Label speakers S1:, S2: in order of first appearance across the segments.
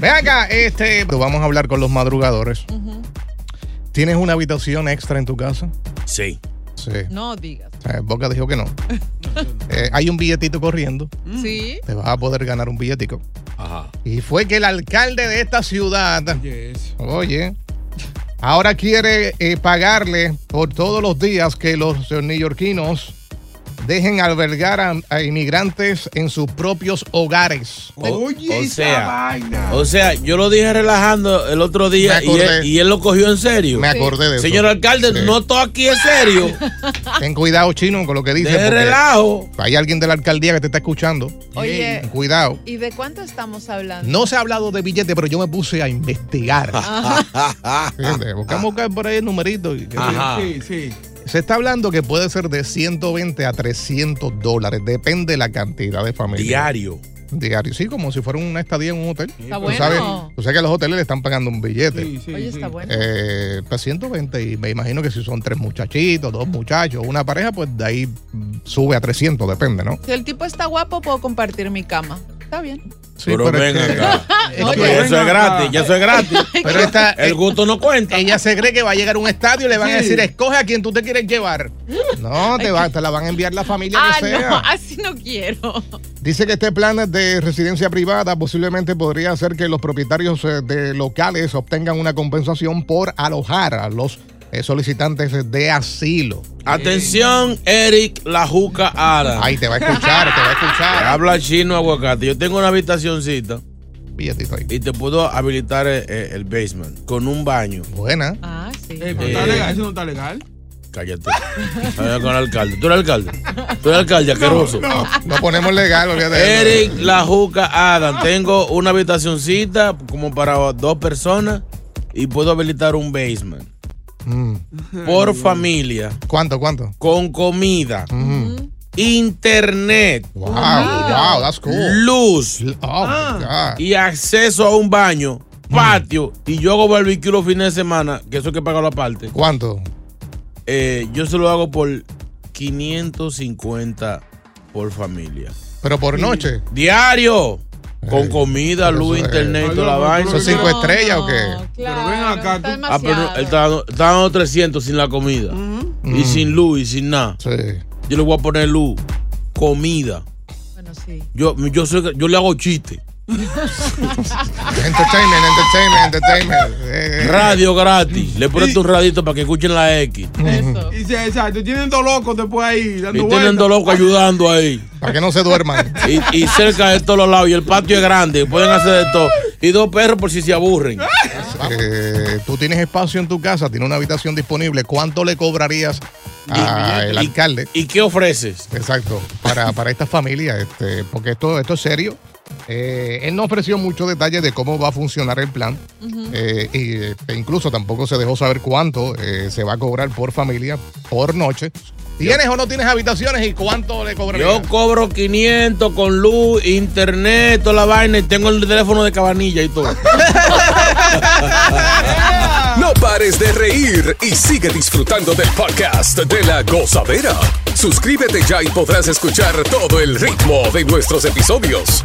S1: Ve acá, este, vamos a hablar con los madrugadores. ¿Tienes una habitación extra en tu casa?
S2: Sí.
S1: Sí.
S3: No digas.
S1: Eh, Boca dijo que no. Eh, hay un billetito corriendo.
S3: Sí.
S1: Te vas a poder ganar un billetico.
S2: Ajá.
S1: Y fue que el alcalde de esta ciudad, oye, ahora quiere eh, pagarle por todos los días que los neoyorquinos dejen albergar a, a inmigrantes en sus propios hogares.
S4: Oye,
S2: o
S4: esa
S2: sea,
S4: vaina.
S2: O sea, yo lo dije relajando el otro día
S1: Me
S2: y
S1: acordé.
S2: él, y él lo cogió en serio.
S1: Me acordé de eso.
S2: Señor alcalde,
S1: Sí.
S2: no todo aquí es serio.
S1: Ten cuidado, chino, con lo que dices.
S2: Deje
S1: porque
S2: relajo.
S1: Hay alguien de la alcaldía que te está escuchando.
S3: Oye.
S1: Ten Cuidado.
S3: ¿Y de cuánto estamos hablando?
S1: No se ha hablado de billete, pero yo me puse a investigar. ¿Entiendes? Buscamos buscar por ahí el numerito. y qué sé yo.
S2: Ajá.
S1: Se está hablando que puede ser de 120 a 300 dólares. Depende de la cantidad de familia.
S2: Diario.
S1: Diario. Sí, como si fuera una estadía en un hotel.
S3: Está
S1: Tú
S3: bueno.
S1: sabes, tú sabes que a los hoteles le están pagando un billete.
S3: Oye, está bueno.
S1: Eh, pues 120 y me imagino que si son tres muchachitos, dos muchachos, una pareja, pues de ahí mm, sube a 300, depende, ¿no?
S3: Si el tipo está guapo, puedo compartir mi cama. Está bien.
S1: Sí,
S2: pero
S1: pero es
S2: ven
S1: que-
S2: acá.
S1: es
S2: No,
S1: que-
S2: pero eso es gratis, ya eso es gratis.
S1: Pero esta, eh,
S2: El gusto no cuenta.
S1: Ella se cree que va a llegar a un estadio y le van a decir, escoge a quien tú te quieres llevar. No, te, va, te la van a enviar la familia
S3: Ah,
S1: que sea.
S3: no, así no quiero.
S1: Dice que este plan de residencia privada posiblemente podría hacer que los propietarios eh, de locales obtengan una compensación por alojar a los eh, solicitantes de asilo.
S2: Atención, Eric La Juca Ara.
S1: Ahí te va a escuchar, te va a
S2: Te
S1: escuchar.
S2: Habla chino aguacate. Yo tengo una habitacioncita
S1: Billetito ahí.
S2: y te puedo habilitar eh, eh, el basement con un baño.
S1: Buena.
S3: Ah, sí.
S5: Eh,
S2: ¿Está legal? ¿Eso no está legal? Cállate. Habla con el alcalde. Tú eres alcalde. Tú eres alcalde, asqueroso.
S1: Ah, Lo ponemos legal, olvídate.
S2: Eric La Juca Adam. Tengo una habitacioncita como para dos personas y puedo habilitar un basement.
S1: Mm.
S2: Por familia,
S1: ¿Cuánto, cuánto?
S2: con comida,
S1: Mm.
S2: internet,
S1: Wow, wow, that's cool.
S2: luz
S1: Oh, my God.
S2: y acceso a un baño,
S1: Mm.
S2: patio. Y yo hago barbecue los fines de semana, que eso hay que pagarlo aparte.
S1: ¿Cuánto?
S2: Eh, yo se lo hago por 550 por familia.
S1: Pero por noche.
S2: Diario. Con
S1: Ey,
S2: comida,
S1: Eh, pero
S2: luz,
S1: eso es-
S2: internet y toda la vaina.
S1: ¿Son cinco estrellas o qué?
S3: pero ven acá. Está
S2: Ah, pero no,
S3: demasiado.
S2: él está dando, está dando 300 sin la comida. Y
S1: Mm.
S2: sin luz y sin nada.
S1: Sí.
S2: Yo le voy a poner luz, comida.
S3: Bueno, sí.
S2: Yo, yo, soy- yo le hago chiste.
S1: Entertainment, entertainment, entertainment. Eh, eh.
S2: Radio gratis. Le presto un radito para que escuchen la X.
S3: Eso.
S5: Y sí, exacto, tienen dos locos después ahí
S2: Y
S5: dando
S2: tienen
S5: vueltas.
S2: dos locos ayudando ahí.
S1: Para que no se duerman.
S2: Y, y cerca de todos los lados. Y el patio es grande. Pueden hacer de todo. Y dos perros por si se aburren.
S1: eh, tú tienes espacio en tu casa, tienes una habitación disponible, ¿cuánto le cobrarías al
S2: y-
S1: alcalde?
S2: ¿Y qué ofreces?
S1: Exacto, para, para esta familia, este, porque esto, esto es serio. Eh, él no ofreció muchos detalles de cómo va a funcionar el plan. Eh, y, eh, e incluso tampoco se dejó saber cuánto eh, se va a cobrar por familia, por noche. ¿Tienes o no tienes habitaciones y cuánto le cobrarías?
S2: Yo cobro 500 con luz, internet, toda la vaina y tengo el teléfono de cabanilla y todo.
S6: No pares de reír y sigue disfrutando del podcast de la gozadera. Suscríbete ya y podrás escuchar todo el ritmo de nuestros episodios.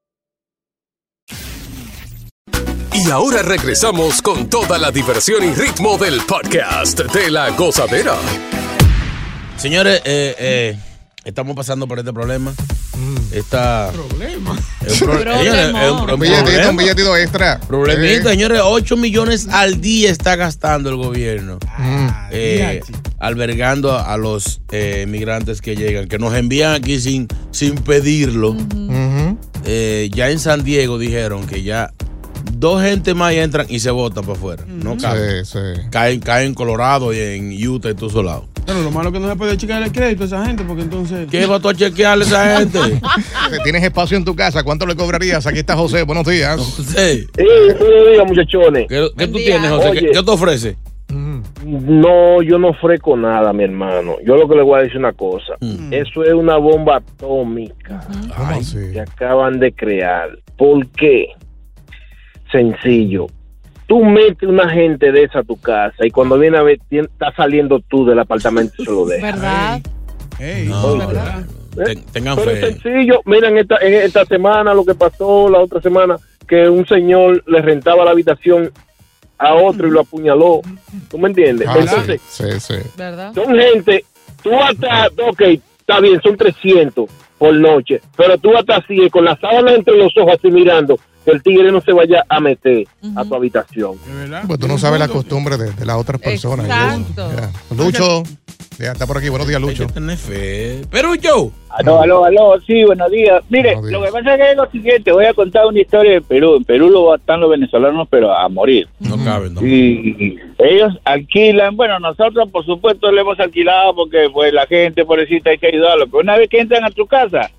S6: Y ahora regresamos con toda la diversión y ritmo del podcast de la gozadera.
S2: Señores, eh, eh, estamos pasando por este problema.
S1: Mm.
S2: Esta.
S5: Problema.
S2: Es un, pro- señores, es un- es un
S1: Un billetito, un
S2: problema.
S1: billetito extra.
S2: Problemita,
S1: Sí.
S2: señores, 8 millones al día está gastando el gobierno.
S5: Mm.
S2: eh, albergando a los eh, migrantes que llegan, que nos envían aquí sin, sin pedirlo. Eh, ya en San Diego dijeron que ya dos gente más entran y se votan para afuera. No
S1: Ujú.
S2: caben. Caen, caen en Colorado y en Utah y todos esos lados.
S5: Pero lo malo es que no se puede checar el crédito a esa gente, porque entonces.
S2: ¿Qué va tú a chequearle a esa gente?
S1: Tienes espacio en tu casa, ¿cuánto le cobrarías? Aquí está José, buenos días.
S2: José.
S7: Sí, buenos días, muchachones.
S2: ¿Qué, qué tú tienes, José? ¿Qué,
S7: Oye.
S2: qué te ofrece?
S7: No, yo no ofrezco nada, mi hermano. Yo lo que le voy a decir una cosa.
S1: Mm.
S2: Mm.
S7: Eso es una bomba atómica que acaban de crear. ¿Por qué? Sencillo. Tú metes una gente de esa a tu casa y cuando viene a ver, tien- está saliendo tú del apartamento y se lo ¿Eh? dejas.
S3: ¿Verdad?
S2: No, Ten- tengan
S7: Pero
S2: fe.
S7: es sencillo. Mira, en esta, en esta semana lo que pasó, la otra semana, que un señor le rentaba la habitación a otro y lo apuñaló. ¿Tú me entiendes?
S1: Ah,
S7: Entonces,
S1: sí, sí.
S7: son gente, tú hasta, ok, está bien, son 300 por noche, pero tú hasta así, con la sábana entre los ojos, así mirando, que el tigre no se vaya a meter a tu habitación.
S1: Pues tú no sabes las costumbres de, de las otras personas. ¿eh?
S7: Exacto.
S1: Ya. Lucho, ya está por aquí. Buenos días, Lucho.
S2: Pero yo.
S8: Aló, aló, aló, sí, buenos días. Mire, lo que pasa es que es lo siguiente, voy a contar una historia de Perú. En Perú lo están los venezolanos, pero a morir.
S2: No caben, no.
S8: Y ellos alquilan, bueno, nosotros por supuesto le hemos alquilado porque pues la gente pobrecita hay que ayudarlo, pero una vez que entran a tu casa,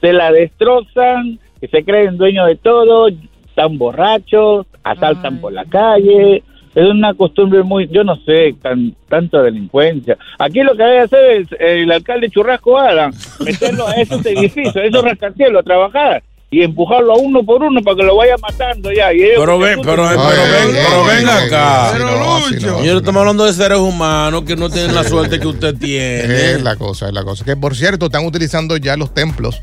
S8: te la destrozan, que se creen dueños de todo, están borrachos, asaltan por la calle. Es una costumbre muy, yo no sé, tan, tanta delincuencia. Aquí lo que debe hacer el, el alcalde Churrasco Adam, meterlo a esos edificios, a esos rascacielos a trabajar y empujarlo a uno por uno para que lo vaya matando ya. Y ellos-
S2: Pero ven, pero, pero ven, pero ven acá. Señor, estamos hablando de seres humanos que no tienen la suerte que usted tiene.
S1: Es la cosa, es la cosa. Que por cierto, están utilizando ya los templos,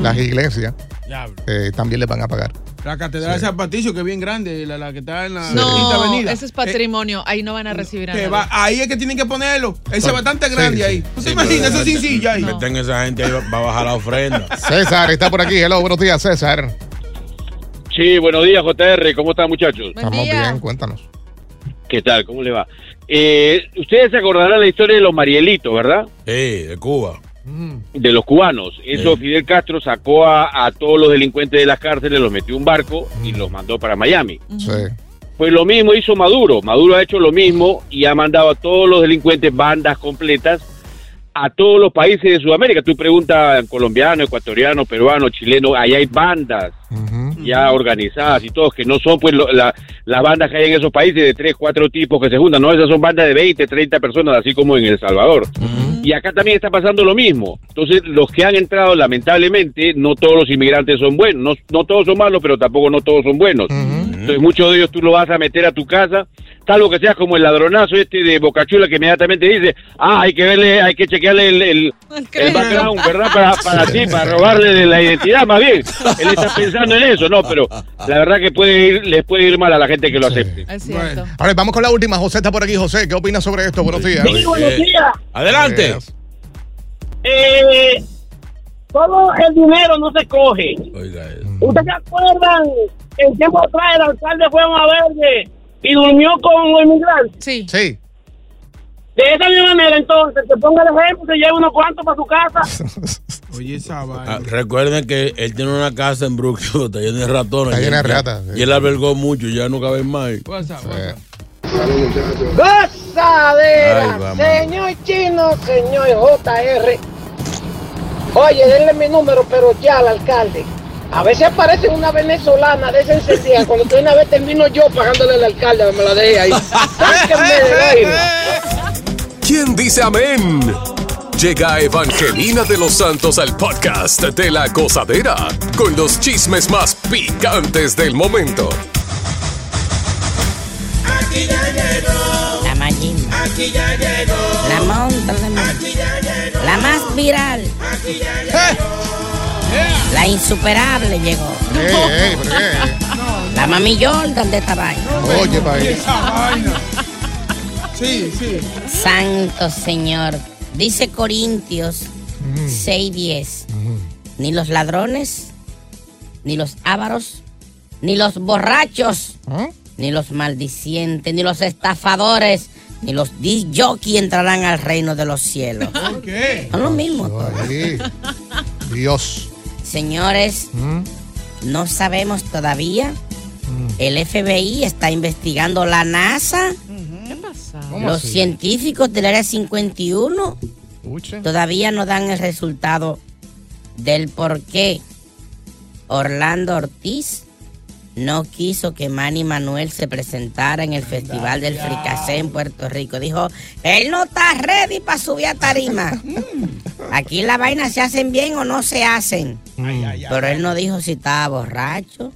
S1: las iglesias.
S5: Diablo.
S1: eh, también les van a pagar.
S5: La catedral de San Patricio, que es bien grande, la, la que está en la quinta
S3: No,
S5: Ah, avenida.
S3: ese es patrimonio. ahí no van a recibir a
S5: Que
S3: nadie.
S5: va- ahí es que tienen que ponerlo. Ese es bastante grande ahí. ¿Tú te imaginas? Eso sin silla ahí.
S2: Meten esa gente ahí, va a bajar la ofrenda.
S1: César está por aquí. Hello, buenos días, César.
S9: Sí, buenos días, JR. ¿Cómo están, muchachos?
S1: Estamos bien, cuéntanos.
S9: ¿Qué tal? ¿Cómo le va? Eh, Ustedes se acordarán la historia de los Marielitos, ¿verdad? Mm.
S2: Sí, de Cuba.
S9: De los cubanos. Eso Fidel Castro sacó a, a todos los delincuentes de las cárceles, los metió en un barco y
S2: Mm.
S9: los mandó para Miami. Pues lo mismo hizo Maduro. Maduro ha hecho lo mismo y ha mandado a todos los delincuentes, bandas completas, a todos los países de Sudamérica. Tú preguntas colombiano, ecuatoriano, peruano, chileno, ahí hay bandas. ya organizadas y todos, que no son pues lo- la- las bandas que hay en esos países de tres, cuatro tipos que se juntan, no, esas son bandas de 20, 30 personas, así como en El Salvador. Y acá también está pasando lo mismo. Entonces, los que han entrado, lamentablemente, no todos los inmigrantes son buenos. No, no todos son malos, pero tampoco no todos son buenos. Entonces, muchos de ellos tú lo vas a meter a tu casa, salvo que seas como el ladronazo este de Bocachula que inmediatamente dice, ah, hay que verle, hay que chequearle el, el- el background, ¿verdad? Para, para ti, para robarle de la identidad, más bien. Él está pensando en eso, no, pero la verdad que puede ir, les puede ir mal a la gente que lo acepte.
S1: Ahora vamos con la última. José está por aquí. José, ¿qué opinas sobre esto? Buenos días.
S9: Sí,
S2: Eh,
S9: buenos días.
S2: Adelante.
S10: Eh, todo el dinero no se coge. ¿Ustedes se acuerdan? El tiempo atrás el alcalde fue a Mama Verde y durmió con los inmigrantes.
S3: Sí.
S1: Sí.
S10: De esa misma manera, entonces, que ponga el ejemplo, se lleva unos cuantos para su casa.
S5: Oye, esa vaina.
S2: Ah, recuerden que él tiene una casa en Brookfield, está llena de
S5: Está
S2: ratones.
S5: llena
S2: Y él-
S5: de ratas,
S2: Y él albergó mucho, ya no caben más. Ay,
S11: Gozadera,
S2: vamos.
S11: señor chino, señor JR. Oye, denle mi número, pero ya al alcalde. A veces aparece una venezolana de esa encendida. Cuando tú una vez termino yo pagándole al alcalde, me la dejé ahí. Sáquenme del aire.
S6: ¿Quién dice amén? Llega Evangelina de los Santos al podcast de la gozadera con los chismes más picantes del momento.
S12: Aquí ya llegó. La Mayimba. Aquí ya llegó. La monta, la monta. La más viral. Aquí ya llegó. La insuperable llegó.
S1: Eh,
S12: La mami Jordan de esta vaina.
S1: Oye, país.
S12: Sí, sí. Santo Señor. Dice Corintios 6:10. Ni los ladrones, ni los ávaros, ni los borrachos, ni los maldicientes, ni los estafadores, ni los disjockey entrarán al reino de los cielos. Son lo mismo.
S1: Dios.
S12: Señores, no sabemos todavía. El FBI está investigando la NASA.
S3: ¿Qué pasa?
S12: Los científicos del área 51 todavía no dan el resultado del por qué Orlando Ortiz no quiso que Manny Manuel se presentara en el Festival del Fricasé en Puerto Rico. Dijo, él no está ready para subir a tarima.
S1: Mm.
S12: Aquí la vaina se hacen bien o no se hacen. Pero él no dijo si estaba borracho,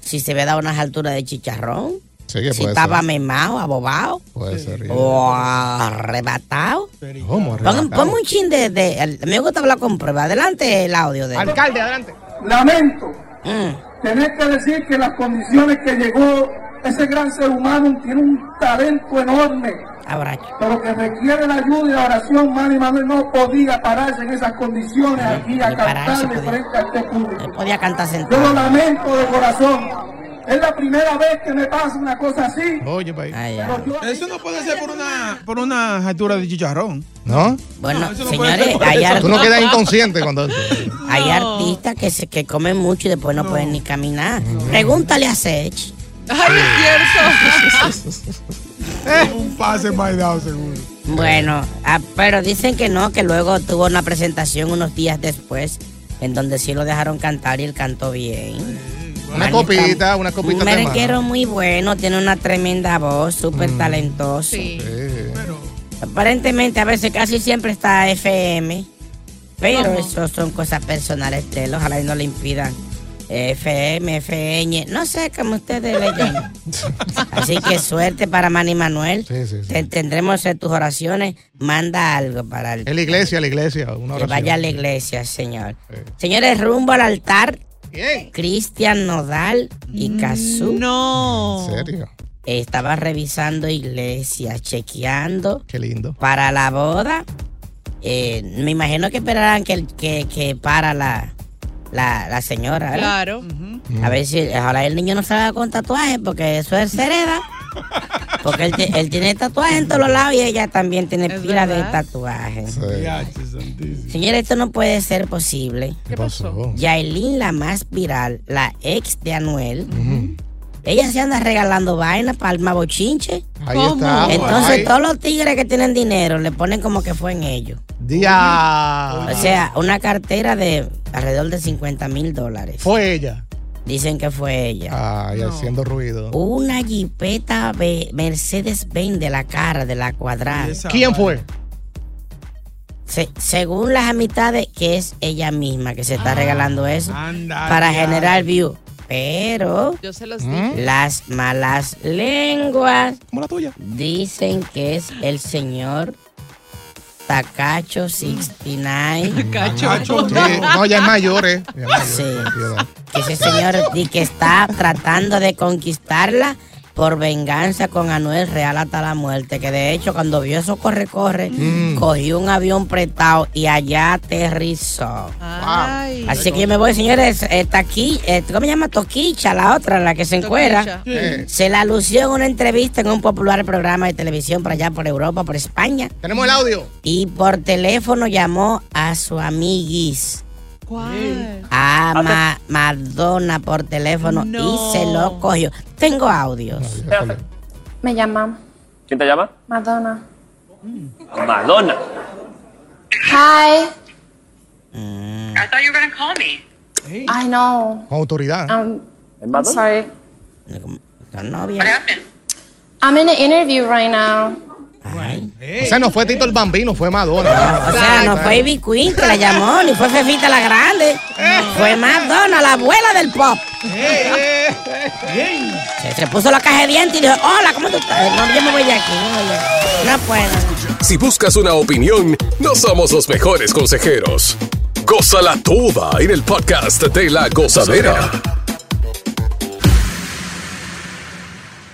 S12: si se había dado unas alturas de chicharrón,
S1: Sí, que
S12: si
S1: puede
S12: estaba
S1: ser.
S12: memado, abobado.
S13: pues.
S1: Puede ser.
S12: O arrebatado.
S1: ¿Cómo
S12: Pongan- Ponme un chin de, de- al- Me gusta hablar con prueba. Adelante el audio de.
S14: Alcalde, adelante. Lamento tener que decir que las condiciones que llegó ese gran ser humano tiene un talento enorme. Pero que requiere la ayuda y la oración, Manny Manuel no podía pararse en esas condiciones aquí a cantar de frente a este público.
S12: podía cantar
S14: Yo
S12: sentado.
S14: lo lamento de corazón. Es la primera vez que me pasa una cosa así. Oye,
S5: Eso no puede ser por una, por una altura de chicharrón.
S1: ¿No?
S12: Bueno,
S5: eso no puede
S12: señores,
S5: ser por
S12: hay
S5: eso.
S12: ar-
S5: Tú no quedas inconsciente
S1: cuando.
S12: Hay
S3: No.
S12: artistas que, se, que comen mucho y después no, pueden ni caminar. Pregúntale a Sech.
S3: Ay, es
S5: cierto. Eh, Un pase mal dado, seguro.
S12: Bueno, ah, pero dicen que no, que luego tuvo una presentación unos días después en donde sí lo dejaron cantar y él cantó bien.
S1: Una
S12: Manny está-
S1: copita, una copita
S12: Un
S1: de mano.
S12: merenguero muy bueno, tiene una tremenda voz, súper
S1: Mm.
S12: talentoso.
S1: Eh,
S12: Aparentemente a veces casi siempre está FM, pero eso son cosas personales de él, ojalá y no le impidan. FM, FN, no sé cómo ustedes le llaman. Así que suerte para Manny Manuel. Te- tendremos en tus oraciones. Manda algo para él.
S1: En la iglesia, la iglesia. Una
S12: Que
S1: oración.
S12: vaya a la iglesia, señor. Señores, rumbo al altar. Cristian Nodal y Cazú. No.
S1: ¿En serio?
S12: Estaba revisando iglesias, chequeando
S1: Qué lindo.
S12: para la boda. eh, me imagino que esperarán que, que, que para la, la, la señora. ¿verdad?
S3: Claro.
S12: A ver si, ahora el niño no salga con tatuajes porque eso es hereda. Porque él, ti- él tiene tatuajes en todos los lados y ella también tiene pila de tatuajes. Señores, esto no puede ser posible.
S1: ¿Qué pasó?
S12: Yailin, la más viral, la ex de Anuel, ella se anda regalando vainas para alma bochinche.
S1: Ahí ¿Cómo? está,
S12: Entonces,
S1: ahí.
S12: todos los tigres que tienen dinero le ponen como que fue en ellos.
S1: Dia.
S12: O sea, una cartera de alrededor de 50 mil dólares.
S1: Fue ella.
S12: Dicen que fue ella.
S1: Ay, haciendo ruido.
S12: Una jipeta be- Mercedes-Benz de la cara, de la cuadrada.
S1: ¿Quién fue?
S12: Se- según las amistades, que es ella misma que se está regalando eso para
S3: ya.
S12: generar view. Pero ¿Mm?
S3: Yo se los
S5: ¿Mm?
S3: dije.
S12: las malas lenguas dicen que es el señor Tacacho 69.
S1: Tacacho. Sí, no, ya es mayor, ¿eh? Ya es mayor.
S12: Sí. Que ese señor di que está tratando de conquistarla por venganza con Anuel Real hasta la muerte. Que de hecho, cuando vio eso corre, corre,
S1: Mm.
S12: cogió un avión prestado y allá aterrizó.
S3: Ay.
S12: Así que yo me voy, señores. Está aquí, eh, ¿cómo se llama? Toquicha, la otra, la que se encuera.
S3: Toquicha. Sí.
S12: Se la alució en una entrevista en un popular programa de televisión por allá, por Europa, por España.
S1: Tenemos el audio.
S12: Y por teléfono llamó a su amiguis.
S3: ¿Cuál?
S12: A Ah, Ma- Madonna por teléfono y se lo cogió. Tengo audios.
S15: Me llama
S16: ¿Quién te llama?
S15: Madonna.
S16: Madonna.
S15: Hi,
S17: I thought you were gonna call me.
S15: I know.
S1: Con autoridad.
S15: Um,
S1: ¿Es
S15: I'm
S1: Madonna?
S15: sorry.
S12: Novia.
S15: I'm in an interview right now.
S1: O sea, no fue Tito el Bambino, fue Madonna.
S12: O sea, no fue Ivy Queen que la llamó, ni fue Fefita la Grande. Fue Madonna, la abuela del pop. Se, se puso la caja de dientes y dijo, hola, ¿cómo tú estás? No, yo me voy de aquí. me voy de aquí. No puedo.
S6: Si buscas una opinión, no somos los mejores consejeros. Goza la tuba en el podcast de la gozadera.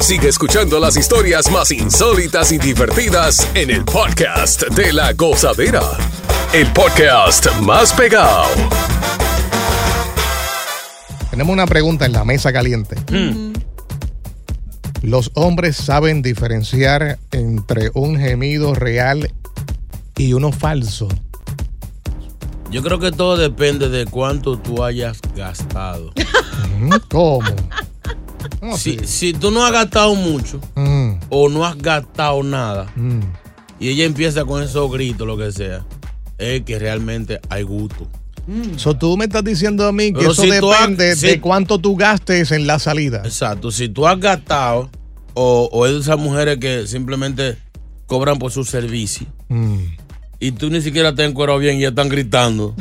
S6: Sigue escuchando las historias más insólitas y divertidas en el podcast de la gozadera. El podcast más pegado.
S1: Tenemos una pregunta en la mesa caliente.
S12: Mm.
S1: ¿Los hombres saben diferenciar entre un gemido real y uno falso?
S2: Yo creo que todo depende de cuánto tú hayas gastado.
S1: ¿Cómo?
S2: Si, si tú no has gastado mucho
S1: Mm,
S2: o no has gastado nada
S1: mm.
S2: y ella empieza con esos gritos, lo que sea, es que realmente hay gusto.
S12: Mm.
S1: So, tú me estás diciendo a mí que
S2: Pero
S1: eso
S2: si tú has-
S1: depende
S2: si-
S1: de cuánto tú gastes en la salida.
S2: Exacto, si tú has gastado o, o esas mujeres que simplemente cobran por su servicio y tú ni siquiera te has encuerado bien y ya están gritando,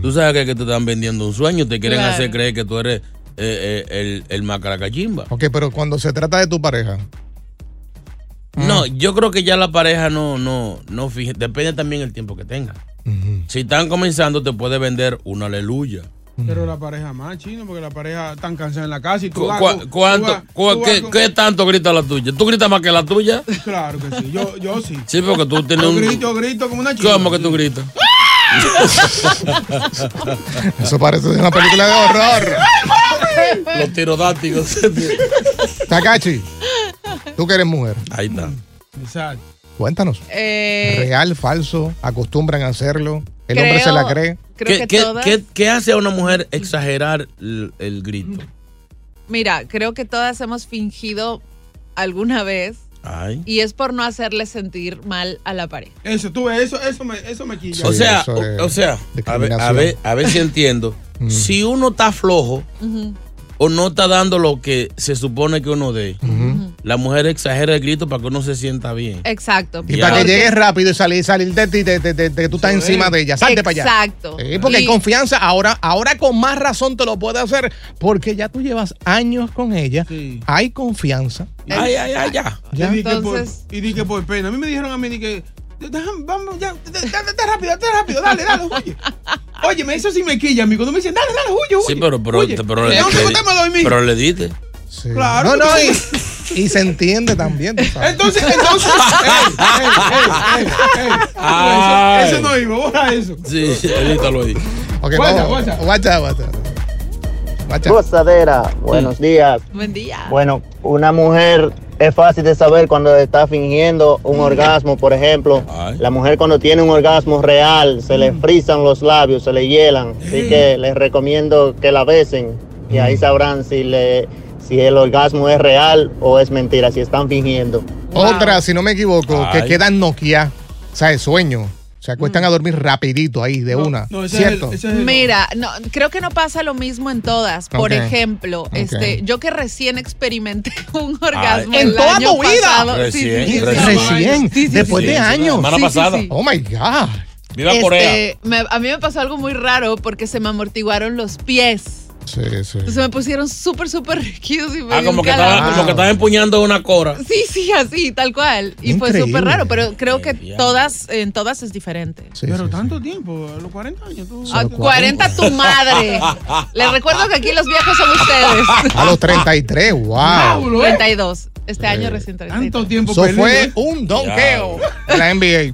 S2: tú sabes que, que te están vendiendo un sueño, te quieren
S1: Claro.
S2: hacer creer que tú eres eh, eh, el, el macaracachimba.
S1: Ok, pero cuando se trata de tu pareja.
S2: No, yo creo que ya la pareja no, no, no fije. Depende también el tiempo que tenga. Si están comenzando, te puede vender una aleluya.
S5: Pero la pareja más, chino, porque la pareja están cansada en la casa y tú
S2: Cu-
S5: vas-
S2: cua-
S5: tú-
S2: ¿Cuánto?
S5: tú vas-
S2: cua-
S5: tú vas
S2: qué,
S5: con-
S2: qué tanto grita la tuya? ¿Tú gritas más que la tuya?
S5: Claro que sí, yo, yo sí.
S2: Sí, porque tú tienes
S5: Yo
S2: un.
S5: grito, yo grito como una chica.
S2: ¿Cómo que tú gritas?
S1: Eso parece de una película de horror.
S2: Los tirodácticos.
S1: Takachi, tú que eres mujer.
S2: Ahí está.
S5: Exacto.
S1: Cuéntanos.
S3: Eh,
S1: Real, falso, acostumbran a hacerlo. El hombre se
S5: Creo-
S1: la cree.
S2: ¿Qué, qué- qué- qué hace a una mujer exagerar el, el grito?
S3: Mira, creo que todas hemos fingido alguna vez
S2: Ay.
S3: y es por no hacerle sentir mal a la pareja.
S5: Eso, tú ves, eso, eso me, eso me quilla.
S2: o sea, o, o sea, a ver, a ver, a ver si entiendo.
S1: Mm.
S2: Si uno está flojo
S3: Ujú.
S2: o no está dando lo que se supone que uno dé, la mujer exagera el grito para que uno se sienta bien.
S3: Exacto.
S1: Y para que llegues rápido y salir, salir de ti, de, de- de- de que tú estás encima de ella. Salte para allá.
S3: Exacto.
S1: Sí, porque
S3: Y-
S1: en confianza, ahora, ahora con más razón te lo puede hacer, porque ya tú llevas años con ella, hay confianza.
S5: Ay, ay, ay, ya.
S1: Ya.
S5: Y di que por-
S1: Entonces-
S5: y di que por pena. A mí me dijeron a mí di que. "Déjame, Vamos, ya, da- da- date rápido, date rápido, dale, dale, huye. Oye, me hizo sin mequilla, amigo. No me dicen, dale, dale, huye, huye.
S2: Sí, pero, pero,
S5: huye.
S2: pero, le,
S5: No,
S2: le-
S5: ¿cómo te me doy, mi?
S2: pero le diste.
S5: Claro.
S1: No, no, y, y se entiende también. tú sabes.
S5: Entonces, entonces. ey, ey, ey, ey, ey.
S1: Ay.
S5: Ah, Eso, eso no iba, borra eso.
S2: Sí, edítalo ahí.
S1: Ok,
S5: Guacha,
S1: vamos.
S5: guacha.
S1: Guacha, guacha.
S18: Gozadera, buenos días.
S3: Buen día.
S18: Bueno, una mujer es fácil de saber cuando está fingiendo un orgasmo, por ejemplo. La mujer cuando tiene un orgasmo real, se le frisan los labios, se le hielan. Así que les recomiendo que la besen y ahí sabrán si le si el orgasmo es real o es mentira, si están fingiendo.
S1: Otra, si no me equivoco, que
S18: Ay.
S1: queda en Nokia, o sea, de sueño. Se
S3: Mm.
S1: acuestan a dormir rapidito ahí, de una. ¿Cierto?
S3: Mira, no, creo que no pasa lo mismo en todas. Por
S1: Ok.
S3: ejemplo,
S1: Ok.
S3: este, yo que recién experimenté un orgasmo
S1: en
S3: el
S1: toda
S3: año
S1: tu vida.
S3: pasado. Sí,
S1: Recién,
S3: sí, sí.
S1: recién. Recién,
S3: Sí, sí,
S1: después
S3: sí.
S1: de años.
S3: Sí, sí, sí.
S1: Oh my God.
S3: Este, me- a mí me pasó algo muy raro porque se me amortiguaron los pies.
S1: Sí, sí.
S3: Entonces me pusieron súper, súper rígidos y me
S2: Ah,
S3: dio
S2: como
S3: un
S2: que
S3: calor.
S2: estaba, como que estaba empuñando una cora.
S3: Sí, sí, así, tal cual. Y fue
S2: Increíble.
S3: súper raro, pero creo que
S2: ya.
S3: todas, en todas es diferente.
S5: pero tanto tiempo, a los 40 años. Tú...
S3: A 40 Ah, tu madre. Les recuerdo que aquí los viejos son ustedes.
S1: A los 33, wow.
S3: eh,
S1: Eh,
S3: 32. Este año recién 33. Tanto
S5: ¿eh? tiempo
S1: Eso fue un donqueo de la NBA.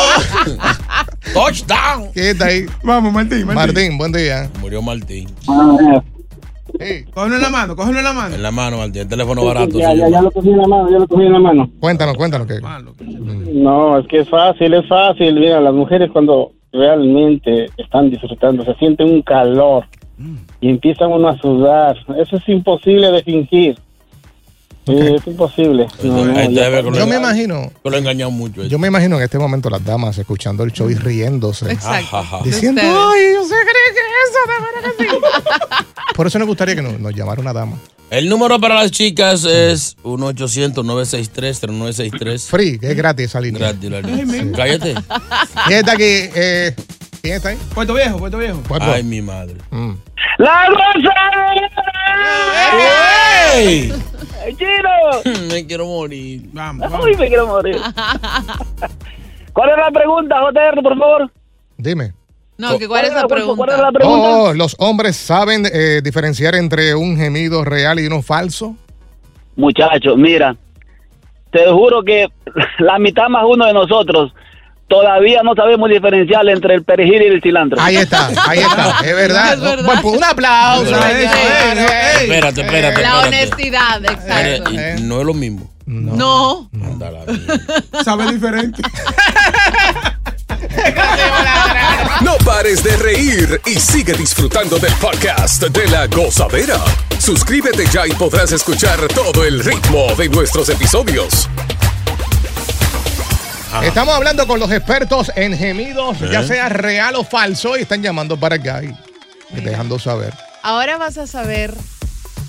S2: Touchdown.
S1: ¿Qué está ahí?
S5: Vamos, Martín,
S1: Martín. buen día.
S2: Murió Martín.
S5: Cógelo en la mano, cógelo en la mano.
S2: En la mano, Martín. El teléfono barato.
S18: ya,
S2: sí.
S18: ya, ya lo cogí en la mano, ya lo cogí en la mano.
S1: Cuéntanos, cuéntanos. ¿qué?
S18: No, es que es fácil, es fácil. Mira, las mujeres cuando realmente están disfrutando, se sienten un calor y empiezan uno a sudar. Eso es imposible de fingir. Sí, es imposible. No, no,
S2: Ahí
S18: ya-
S2: te ve con
S1: Yo
S2: lo-
S1: me imagino.
S2: que lo he engañado mucho.
S1: Yo me imagino en este momento las damas escuchando el show y riéndose.
S2: Exacto. Ajá.
S1: Diciendo,
S2: Ustedes.
S1: ay, yo sé que eso, de verdad que sí. Por eso nos gustaría que nos, nos llamara una dama.
S2: El número para las chicas es 1-800-963-3963.
S1: Free, que es gratis esa línea.
S2: Gratis la línea.
S1: Ay, mi-
S2: Cállate.
S1: ¿Quién está aquí? Eh, ¿Quién está ahí?
S5: Puerto Viejo, Puerto Viejo.
S1: Puerto. Mm.
S2: Ay, mi madre.
S10: ¡La ¡Ey! ¡Chino!
S2: Me quiero morir.
S5: Vamos,
S10: ¡Uy, me quiero morir! ¿Cuál es la pregunta, JR, por favor?
S1: Dime.
S3: No, que cuál es la pregunta.
S10: ¿Cuál es la pregunta?
S1: Oh, oh, ¿Los hombres saben eh, diferenciar entre un gemido real y uno falso?
S18: Muchachos, mira,
S10: Te juro que la mitad más uno de nosotros todavía no sabemos diferenciar entre el perejil y el cilantro.
S1: Ahí está, Ah, ahí está. Es verdad. Bueno, pues un aplauso.
S2: Espérate, espérate.
S3: La
S2: espérate.
S1: Eh,
S3: honestidad, exacto.
S2: Mira, y no es lo mismo.
S3: No.
S5: Sabe diferente.
S6: No pares de reír y sigue disfrutando del podcast de la gozadera. Suscríbete ya y podrás escuchar todo el ritmo de nuestros episodios.
S1: Estamos hablando con los expertos en gemidos, ya
S6: ¿Eh?
S1: sea real o falso, y están llamando para acá y dejando saber.
S3: Ahora vas a saber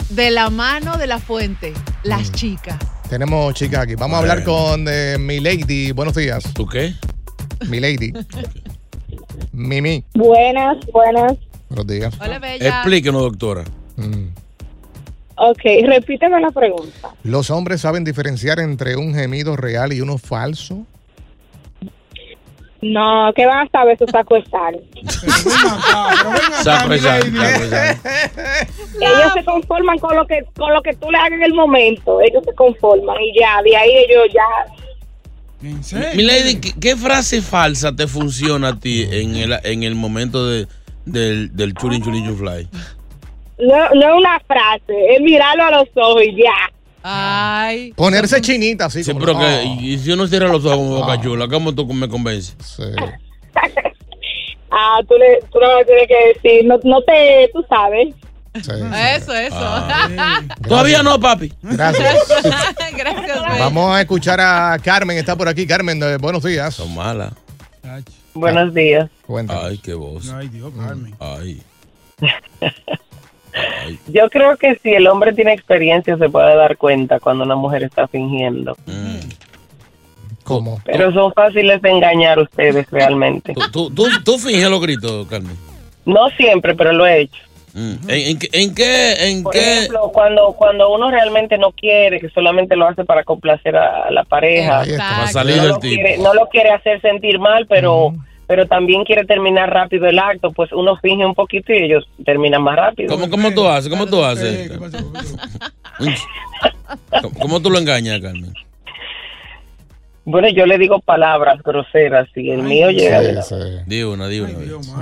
S3: de la mano de la fuente, las
S1: Mm.
S3: chicas.
S1: Tenemos chicas aquí. Vamos a hablar con eh, mi lady. Buenos días.
S2: ¿Tú qué?
S1: Mi lady. Mimi.
S19: Buenas, buenas.
S1: Buenos días.
S3: Hola,
S2: Explíquenos, doctora.
S19: Ok, repíteme la pregunta.
S1: ¿Los hombres saben diferenciar entre un gemido real y uno falso?
S19: No, ¿qué van a saber sus acuestar?
S2: Sacro, sacro, sacro, sacro.
S19: Ellos se conforman con lo que con lo que tú le hagas en el momento. Ellos se conforman y ya, de ahí ellos ya.
S2: Milady, ¿qué, qué frase falsa te funciona a ti en el, en el momento de, del, del chulin chulin you fly?
S19: No, no es una frase, es mirarlo a los ojos y ya.
S3: Ay.
S1: Ponerse chinita así.
S2: Sí, pero que y si uno cierra los ojos como
S1: Ah.
S2: boca chula, ¿cómo tú me convences?
S19: Ah, tú le, tú no me tienes que decir, no, no te, tú sabes.
S3: Eso, eso.
S2: Todavía no, papi.
S1: Gracias.
S3: Gracias,
S1: Vamos a escuchar a Carmen, está por aquí. Carmen, eh, buenos días. Son
S2: malas.
S19: Buenos días.
S1: Cuenta.
S2: Ay, qué voz.
S5: Ay, Dios, Carmen.
S2: Ay.
S13: Yo creo que si el hombre tiene experiencia se puede dar cuenta cuando una mujer está fingiendo.
S2: Mm.
S1: ¿Cómo?
S13: Pero son fáciles de engañar ustedes realmente.
S2: ¿Tú, tú, tú finges los gritos, Carmen?
S13: No siempre, pero lo he hecho.
S2: Mm. ¿En, en qué- en qué? ¿En
S13: Por
S2: qué?
S13: ejemplo, cuando, cuando uno realmente no quiere, que solamente lo hace para complacer a, a la pareja,
S2: Va a salir
S13: no,
S2: el
S13: lo
S2: tipo.
S13: quiere, no lo quiere hacer sentir mal, pero, pero también quiere terminar rápido el acto, pues uno finge un poquito y ellos terminan más rápido.
S2: ¿Cómo, cómo tú haces? ¿Cómo tú haces? ¿Cómo, cómo tú lo engañas, Carmen?
S13: Bueno, yo le digo palabras groseras y el mío llega. de la-
S2: Di una, di una.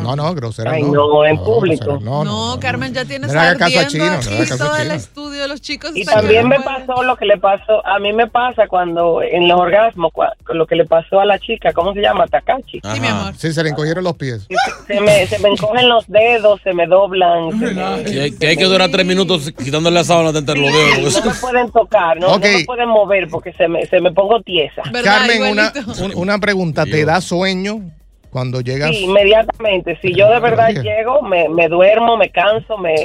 S1: No, no, grosera.
S13: Ay,
S1: no,
S13: no, en público.
S1: No, no.
S3: No, Carmen, ya tienes
S1: No le hagas caso a
S3: ardiendo
S1: Chino, no le hagas
S3: aquí
S1: caso a
S3: todo el
S1: Chino.
S3: estudio de los chicos.
S13: Y
S1: Pues
S3: están
S13: también me
S3: como-
S13: pasó lo que le pasó, a mí me pasa cuando en los orgasmos, cua- lo que le pasó a la chica, ¿cómo se llama? Takachi.
S1: Sí, se le encogeron los pies.
S13: Se me, se me encogen los dedos, se me doblan. se me-
S2: Que hay que, hay que durar tres minutos quitándole la sábana entre los dedos.
S13: no me pueden tocar, no,
S1: Ok.
S13: no me pueden mover porque se me, se me pongo tiesa.
S1: Carmen, una, un- una pregunta. ¿Te da sueño cuando llegas?
S13: Sí, inmediatamente. Si yo de verdad llego, me, me duermo, me canso, me...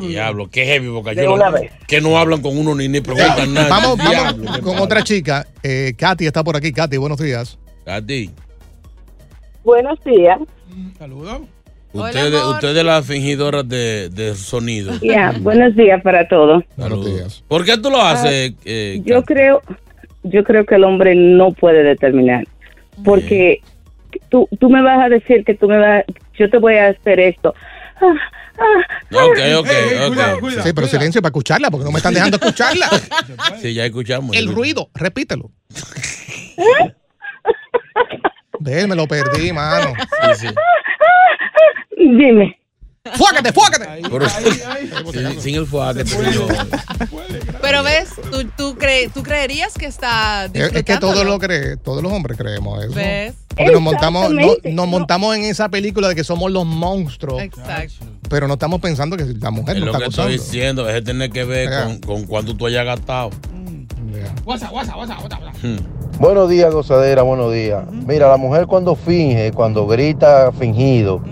S2: Diablo, qué heavy boca
S13: De
S2: Yo
S13: una
S2: lo-
S13: vez.
S2: Que no hablan con uno ni, ni preguntan nada.
S1: Vamos,
S2: Diablo,
S1: vamos
S2: qué
S1: con
S2: padre.
S1: otra chica. Eh, Katy está por aquí. Katy, buenos días.
S2: Katy,
S20: Buenos días.
S2: usted, usted es la fingidora de, de sonido.
S20: Ya, buenos días para todos.
S2: Buenos ¿Por qué tú lo haces? eh,
S20: Yo creo, yo creo que el hombre no puede determinar, porque tú, tú me vas a decir que tú me vas, yo te voy a hacer esto. Ah, ah,
S2: ok, ok, ok.
S1: sí, pero silencio para escucharla, porque no me están dejando escucharla.
S2: Sí, ya escuchamos.
S1: El ruido, repítelo. Ven, me lo perdí, mano.
S20: Dime.
S1: ¡Fuácate, fuácate!
S2: Pero- sin, sin el fuá que te digo.
S3: Pero ves, tú, tú, cre- tú creerías que está
S1: Es, es
S3: disfrutando.
S1: que todos lo cree, todos los hombres creemos eso.
S3: ¿Ves?
S1: Porque nos montamos, no-
S3: Exactamente.
S1: nos montamos en esa película de que somos los monstruos,
S3: Exacto.
S1: pero no estamos pensando que la mujer
S2: Es
S1: nos
S2: lo
S1: está
S2: que estoy
S1: acosando.
S2: diciendo, es tener que ver con, con cuánto tú hayas gastado.
S5: WhatsApp, WhatsApp, WhatsApp, WhatsApp.
S21: Buenos días, gozadera, buenos días. Mira, la mujer cuando finge, cuando grita fingido,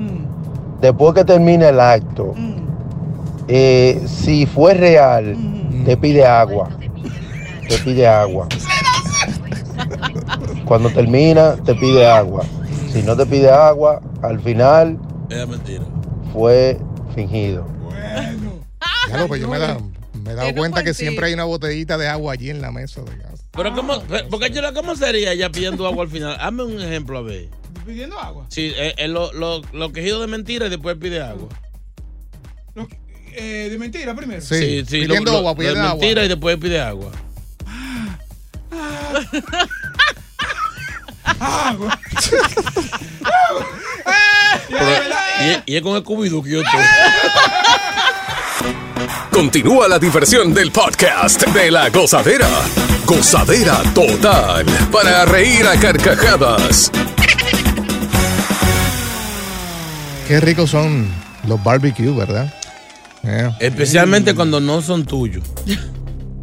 S21: después que termina el acto, eh, si fue real, te pide agua. Mm. Te pide agua. Cuando termina, te pide agua. Si no te pide agua, al final
S2: Es mentira.
S21: fue fingido.
S1: Ya lo que yo me da- me he dado cuenta que siempre hay una botellita de agua allí en la mesa. de gas.
S2: Pero cómo, pero- porque yo cómo sería ya pidiendo agua al final. Hazme un ejemplo a ver.
S5: Pidiendo agua.
S2: Sí, eh, eh, lo, lo, lo quejido de mentira y después pide agua.
S5: Eh, de mentira primero.
S2: lo- lo- lo de mentira y después pide agua.
S5: Ah. Agua.
S2: Pero- y, es- y es con el cubido que yo estoy.
S6: Continúa la diversión del podcast de la gozadera. Gozadera total. Para reír a carcajadas.
S1: Qué ricos son los barbecue, ¿verdad? Eh,
S2: Especialmente cuando no son tuyos.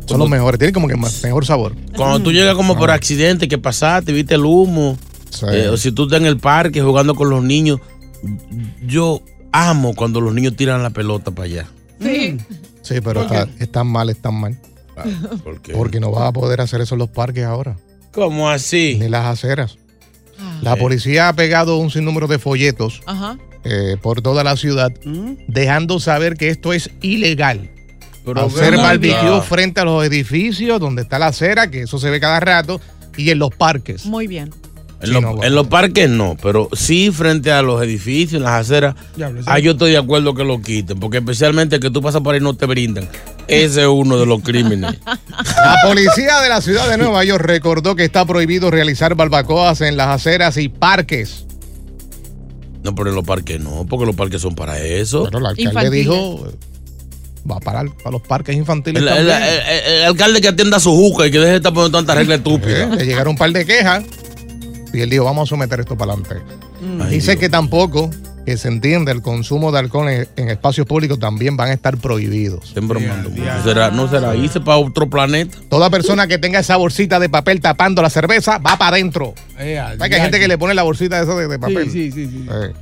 S1: son los mejores, tienen como que más- mejor sabor.
S2: Cuando
S1: Mm.
S2: tú llegas como
S1: Ah.
S2: por accidente, que pasaste, viste el humo, eh, o si tú estás en el parque jugando con los niños, yo amo cuando los niños tiran la pelota para allá.
S3: Sí.
S1: Sí, pero
S2: ¿Por qué?
S1: está- están mal, están mal.
S18: Ah.
S1: Porque no vas a poder hacer eso en los parques ahora.
S2: ¿Cómo así?
S1: Ni las aceras. La policía ha pegado un sinnúmero de folletos
S3: Ah, Ajá.
S1: eh, por toda la ciudad, dejando saber que esto es ilegal.
S2: Pero
S1: Hacer
S2: ven acá.
S1: barbecue frente a los edificios donde está la acera, que eso se ve cada rato, y en los parques.
S3: Muy bien.
S2: En, los- en los parques no, pero sí frente a los edificios, en las aceras.
S5: Diablo,
S1: Pues
S5: ese-
S2: Ah, yo estoy de acuerdo que lo quiten, porque especialmente que tú pasas por ahí y no te brindan. Ese es uno de los crímenes.
S1: Ah, La policía de la ciudad de Nueva York recordó que está prohibido realizar barbacoas en las aceras y parques.
S2: No, pero en los parques no, porque los parques son para eso.
S1: Pero el alcalde dijo, va a parar para los parques infantiles.
S2: El,
S1: también.
S2: el- el- el alcalde que atienda su juca y que deje de estar poniendo tanta
S1: Eh.
S2: regla estúpida.
S1: Le llegaron un par de quejas y él dijo, vamos a someter esto para adelante.
S2: Ay,
S1: Dice que tampoco que se entienda el consumo de alcohol en, en espacios públicos también van a estar prohibidos.
S2: Estén bromando. ¿No será, no será irse para otro planeta?
S1: Toda persona que tenga esa bolsita de papel tapando la cerveza va para adentro.
S5: Eh,
S1: ¿Sabes que hay gente que le pone la bolsita esa de, de papel?
S5: Sí, sí, sí. sí.
S1: Eh.